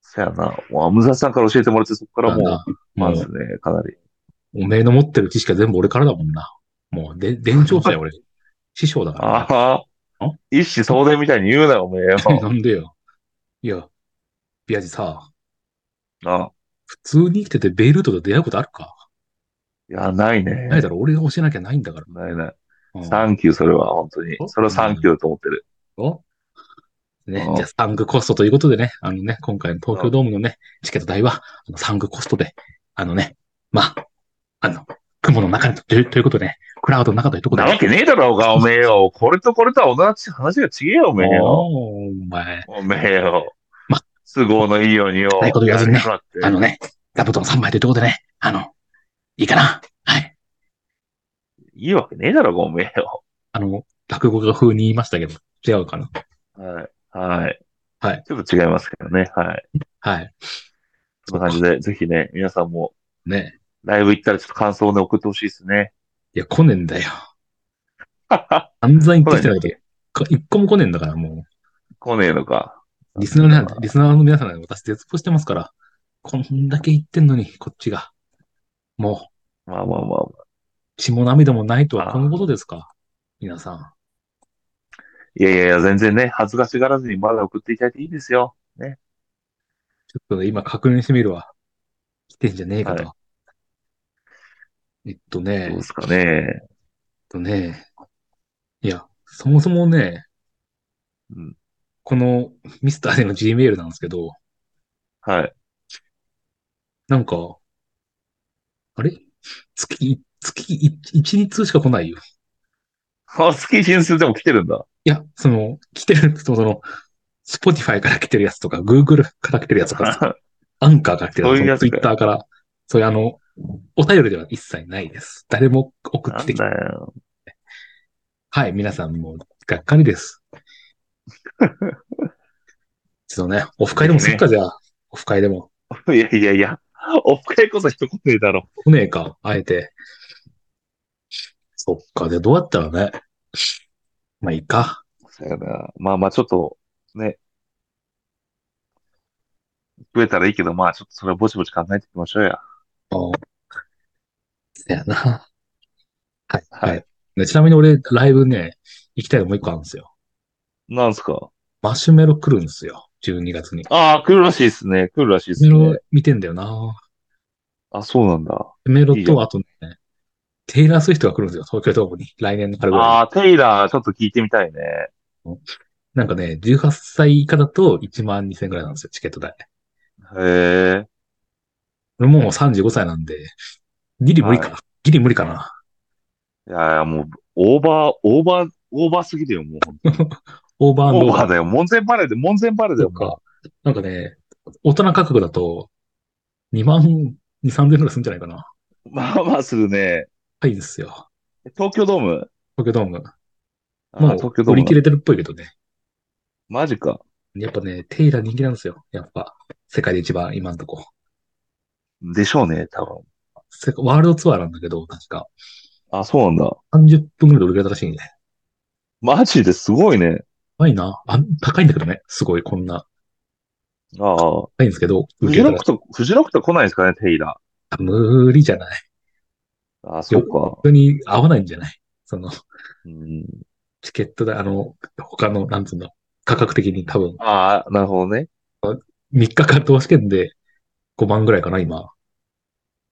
[SPEAKER 2] そやな。もう、アムザさんから教えてもらって、そこからも
[SPEAKER 1] なんだ
[SPEAKER 2] う、ま
[SPEAKER 1] も
[SPEAKER 2] ず
[SPEAKER 1] う、
[SPEAKER 2] ね、かなり。
[SPEAKER 1] おめえの持ってる知識は全部俺からだもんな。もう、で、伝承者よ、俺。師匠だから。
[SPEAKER 2] ああ
[SPEAKER 1] ん、
[SPEAKER 2] 一子相伝みたいに言うなよ、おめえよ。
[SPEAKER 1] [laughs] なんでよ。いや、ビアジさ、
[SPEAKER 2] あ
[SPEAKER 1] 普通に生きててベールトと出会うことあるか
[SPEAKER 2] いや、ないね。
[SPEAKER 1] ないだろ、俺が教えなきゃないんだから。
[SPEAKER 2] ないない。
[SPEAKER 1] うん
[SPEAKER 2] サンキュー、それは、本当に
[SPEAKER 1] お。
[SPEAKER 2] それはサンキューだと思ってる。
[SPEAKER 1] おね
[SPEAKER 2] う、ん
[SPEAKER 1] じゃあ、サングコストということでね、あのね、今回の東京ドームのね、チケット代は、あのサングコストで、あのね、まあ、あの、雲の中にとというということでね、クラウドの中というところ
[SPEAKER 2] な
[SPEAKER 1] で
[SPEAKER 2] わけねえだろうが、おめえよ。これとこれとは同じ話が違えよ、おめえよ。
[SPEAKER 1] おーお前、
[SPEAKER 2] おめえよ。
[SPEAKER 1] ま
[SPEAKER 2] 都合のいいようによ。
[SPEAKER 1] ないこと言わずにね
[SPEAKER 2] やりやがって
[SPEAKER 1] あのね、座布団3枚というところでね、あの、いいかなはい。
[SPEAKER 2] いいわけねえだろ、おめえよ。
[SPEAKER 1] あの、落語家風に言いましたけど、違うかな
[SPEAKER 2] はい。はい。
[SPEAKER 1] はい。
[SPEAKER 2] ちょっと違いますけどね。はい。
[SPEAKER 1] はい。
[SPEAKER 2] そんな感じで、ぜひね、皆さんも
[SPEAKER 1] ね。
[SPEAKER 2] ライブ行ったらちょっと感想をね、送ってほしいですね。
[SPEAKER 1] いや、来ねえんだ
[SPEAKER 2] [laughs]
[SPEAKER 1] よ。散々言ってきて
[SPEAKER 2] 来
[SPEAKER 1] ないこと、か一個も来ねえんだから、もう。
[SPEAKER 2] 来ねえのか。
[SPEAKER 1] リスナーの皆リスナーの皆さんなんて私絶望してますから、こんだけ言ってんのに、こっちが。も
[SPEAKER 2] まあまあまあ。
[SPEAKER 1] う、血も涙もないとは
[SPEAKER 2] あー
[SPEAKER 1] このことですか。皆さん。
[SPEAKER 2] いやいやいや、全然ね、恥ずかしがらずにまだ送っていただいていいですよ。
[SPEAKER 1] ちょっとね、今確認してみるわ。来てんじゃねえかと。
[SPEAKER 2] は
[SPEAKER 1] えっと
[SPEAKER 2] ど
[SPEAKER 1] ね、
[SPEAKER 2] う
[SPEAKER 1] え
[SPEAKER 2] で
[SPEAKER 1] っ
[SPEAKER 2] すかね。
[SPEAKER 1] とね、いや、そもそもね、
[SPEAKER 2] うん。
[SPEAKER 1] このミスターでの Gmail なんですけど、
[SPEAKER 2] はい。
[SPEAKER 1] なんか、あれ月い、月い一日通しか来ないよ。
[SPEAKER 2] あ、スキー申請でも来てるんだ。
[SPEAKER 1] いや、その、来てる、その、その、Spotify から来てるやつとか、Google から来てるやつとか、アンカーから来て
[SPEAKER 2] そういう
[SPEAKER 1] るや
[SPEAKER 2] や
[SPEAKER 1] つ、
[SPEAKER 2] つか
[SPEAKER 1] Twitter から、そういうあの、お便りでは一切ないです。誰も送
[SPEAKER 2] な
[SPEAKER 1] っ
[SPEAKER 2] ん
[SPEAKER 1] てきて、
[SPEAKER 2] だよ。
[SPEAKER 1] はい、皆さんもう、がっかりです。 [laughs] ちょっとね、オフ会でもすっか、じゃあ、オフ会でも。
[SPEAKER 2] いやいやいや、オフ会こそ一言だろ。
[SPEAKER 1] 来ねえか、あえて。そっか、で、どうやったらね。まあ、いいか。
[SPEAKER 2] そうやな。まあまあ、ちょっと、ね。増えたらいいけど、まあ、ちょっとそれはぼちぼち考えていきましょうや。
[SPEAKER 1] あーせやな。はい、
[SPEAKER 2] はい
[SPEAKER 1] はい。ねちなみに俺、ライブね、行きたいのもう一個あるんですよ。
[SPEAKER 2] なんすか
[SPEAKER 1] マシュメロ来るんですよ。12月に。
[SPEAKER 2] ああ、来るらしいですね。来るらしいです
[SPEAKER 1] マシュメ
[SPEAKER 2] ね
[SPEAKER 1] ロ。見てんだよな。
[SPEAKER 2] あ、そうなんだ。
[SPEAKER 1] メロ
[SPEAKER 2] いいよ
[SPEAKER 1] と、あとね、テイラー・スウィフトが来るんですよ。東京ドームに。来年の春ぐらいに
[SPEAKER 2] ああ、テイラー、ちょっと聞いてみたいね。
[SPEAKER 1] なんかね、18歳以下だと1万2000ぐらいなんですよ、チケット代。
[SPEAKER 2] へえ。
[SPEAKER 1] 俺もう35歳なんで、ギリ無理かな。ギリ無理かな。
[SPEAKER 2] いや、もう、オーバー、オーバー、オーバーすぎるよ、もう。
[SPEAKER 1] オーバー
[SPEAKER 2] オー
[SPEAKER 1] オー
[SPEAKER 2] バ
[SPEAKER 1] バ
[SPEAKER 2] ーだよ。門前払いで、門前払いだ
[SPEAKER 1] と
[SPEAKER 2] よ、もう。
[SPEAKER 1] か、なんかね、大人価格だと、2万、2、3千ぐらいするんじゃないかな。
[SPEAKER 2] まあまあするね。
[SPEAKER 1] はいですよ。
[SPEAKER 2] 東京ドーム
[SPEAKER 1] 東京ドーム。
[SPEAKER 2] あ
[SPEAKER 1] も
[SPEAKER 2] 東京
[SPEAKER 1] う、
[SPEAKER 2] ド
[SPEAKER 1] 売
[SPEAKER 2] ー
[SPEAKER 1] り切
[SPEAKER 2] ム。
[SPEAKER 1] れてるっぽいけどね。
[SPEAKER 2] マジか。
[SPEAKER 1] やっぱね、テイラー人気なんですよ。やっぱ、世界で一番今んとこ。
[SPEAKER 2] でしょうね、多分。
[SPEAKER 1] せワールドツアーなんだけど、確か。
[SPEAKER 2] あ、そうなんだ。
[SPEAKER 1] 30分ぐらいで売り切れたらしいね。や
[SPEAKER 2] マジですごいね。
[SPEAKER 1] ばいな。あん高いんだけどね。すごい、こんな。
[SPEAKER 2] ああ。
[SPEAKER 1] 高いんですけど、
[SPEAKER 2] フ
[SPEAKER 1] 売り
[SPEAKER 2] ジ
[SPEAKER 1] 切
[SPEAKER 2] ロ
[SPEAKER 1] れた
[SPEAKER 2] ックと、フジロックと来ないですかね、テイラ
[SPEAKER 1] ら無理じゃない。
[SPEAKER 2] ー。あ、そうか
[SPEAKER 1] 本。当に合わないんじゃないその、
[SPEAKER 2] うん、
[SPEAKER 1] チケットで、あの、他の、なんつうの、価格的に多分、
[SPEAKER 2] ああ、なるほどね。 [laughs]
[SPEAKER 1] 3日間投資券で5万ぐらいかな、今。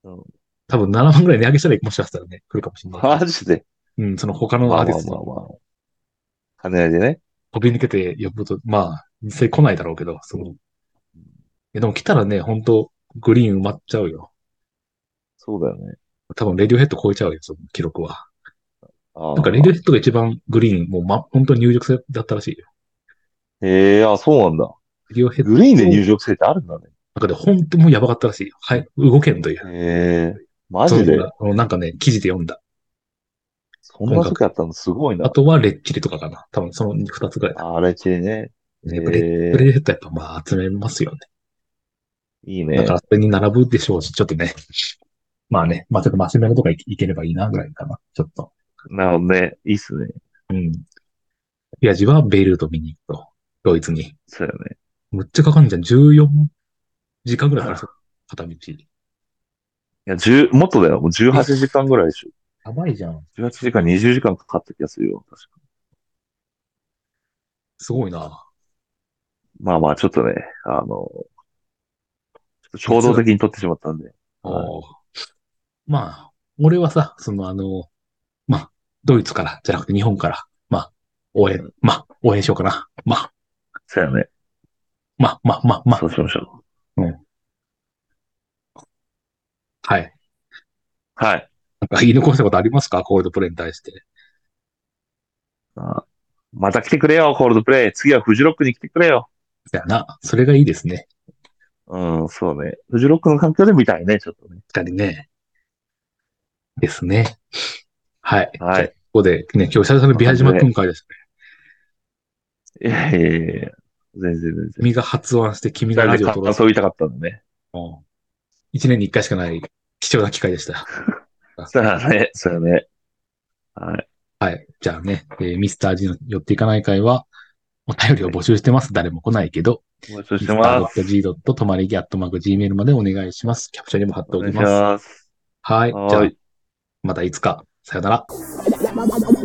[SPEAKER 2] うん
[SPEAKER 1] 多分7万ぐらい値上げしたら、もしかしたらね、来るかもしれない。
[SPEAKER 2] マジで。
[SPEAKER 1] うん、その他の
[SPEAKER 2] ま
[SPEAKER 1] ア
[SPEAKER 2] あ
[SPEAKER 1] ーティ
[SPEAKER 2] まあ
[SPEAKER 1] ス
[SPEAKER 2] まあ
[SPEAKER 1] ト
[SPEAKER 2] まあ。兼ね合いでね。
[SPEAKER 1] 飛び抜けて呼ぶと、まあ、実際来ないだろうけど、その、いやでも来たらね、本当グリーン埋まっちゃうよ。
[SPEAKER 2] そうだよね。
[SPEAKER 1] 多分、レディオヘッド超えちゃうよ、その記録は。
[SPEAKER 2] ああ
[SPEAKER 1] なんか、レディオヘッドが一番グリーン、もう、ま、本当に入場制だったらしいよ。
[SPEAKER 2] ええあ、そうなんだ。
[SPEAKER 1] レディオヘッド。
[SPEAKER 2] グリーンで入場制ってあるんだね。
[SPEAKER 1] なんかで、本当もうやばかったらしいよ。はい、動けんという。
[SPEAKER 2] ええマジで
[SPEAKER 1] そうあのなんかね、記事で読んだ。
[SPEAKER 2] そんな時あったのすごい
[SPEAKER 1] あ
[SPEAKER 2] な。
[SPEAKER 1] とは、レッチリとかかな。多分、その二つぐらいだ。
[SPEAKER 2] ああれちね。
[SPEAKER 1] やっぱレ
[SPEAKER 2] ええ
[SPEAKER 1] レディオヘッドやっぱ、まあ、集めますよね。
[SPEAKER 2] いい
[SPEAKER 1] だ
[SPEAKER 2] ね
[SPEAKER 1] か。ら、それに並ぶでしょうし、ちょっとね。まあね、まあ、ちょっとマシュメロとかいいければいいな、ぐらいかな。ちょっと。
[SPEAKER 2] なるほどね。いいっすね。
[SPEAKER 1] うん。ピアジはベイルート見に行くと。ドイツに。
[SPEAKER 2] そうよね。
[SPEAKER 1] むっちゃかかんじゃん。14時間ぐらいかかる。片道。
[SPEAKER 2] いや、十、もっとだよ。もう18時間ぐらいでしょ。
[SPEAKER 1] やばいじゃん。
[SPEAKER 2] 18時間、20時間かかった気がするよ。確か
[SPEAKER 1] すごいな。
[SPEAKER 2] まあまあ、ちょっとね、あの、ちょっと衝動的に取ってしまったんで。
[SPEAKER 1] おーまあ、俺はさ、そのあの、まあ、ドイツからじゃなくて日本から、まあ、応援、まあ、応援しようかな。まあ、
[SPEAKER 2] そうやね。
[SPEAKER 1] まあ、まあ、まあ、まあ
[SPEAKER 2] そ、うしましょう。
[SPEAKER 1] はい。
[SPEAKER 2] はい。
[SPEAKER 1] なんか言い残したことありますかコールドプレイに対して。
[SPEAKER 2] あまた来てくれよ、コールドプレイ。次はフジロックに来てくれよ。
[SPEAKER 1] だよな。それがいいですね。
[SPEAKER 2] うん、そうね。フジロックの環境で見たいね、ちょっとね。
[SPEAKER 1] 確かにね。ですね。はい。
[SPEAKER 2] は
[SPEAKER 1] じ
[SPEAKER 2] い
[SPEAKER 1] ゃあここでね、今日久々のビア島君会ですね。
[SPEAKER 2] いやいやいやいや全然全然。
[SPEAKER 1] 君が発案して君がラ
[SPEAKER 2] 二
[SPEAKER 1] ジ
[SPEAKER 2] 人
[SPEAKER 1] オを撮ろ
[SPEAKER 2] で感
[SPEAKER 1] う
[SPEAKER 2] 想を言いたかったんでね。
[SPEAKER 1] と。一年に一回しかない貴重な機会でした。
[SPEAKER 2] そうやね、そうやね。はい。
[SPEAKER 1] はい。じゃあね、えーミスター G の寄っていかない会は、お便りを募集してます。誰も来ないけど、
[SPEAKER 2] 募集
[SPEAKER 1] ミ
[SPEAKER 2] し
[SPEAKER 1] ス
[SPEAKER 2] て
[SPEAKER 1] タ
[SPEAKER 2] ます。
[SPEAKER 1] ー .g. 泊まりぎ .gmail までお願いします。キャプチャーにも貼って
[SPEAKER 2] お
[SPEAKER 1] お
[SPEAKER 2] 願い
[SPEAKER 1] き
[SPEAKER 2] し
[SPEAKER 1] ます。
[SPEAKER 2] ます。
[SPEAKER 1] はい。じゃ
[SPEAKER 2] は
[SPEAKER 1] あ
[SPEAKER 2] ーい、
[SPEAKER 1] またいつか。さよなら。
[SPEAKER 3] Yeah.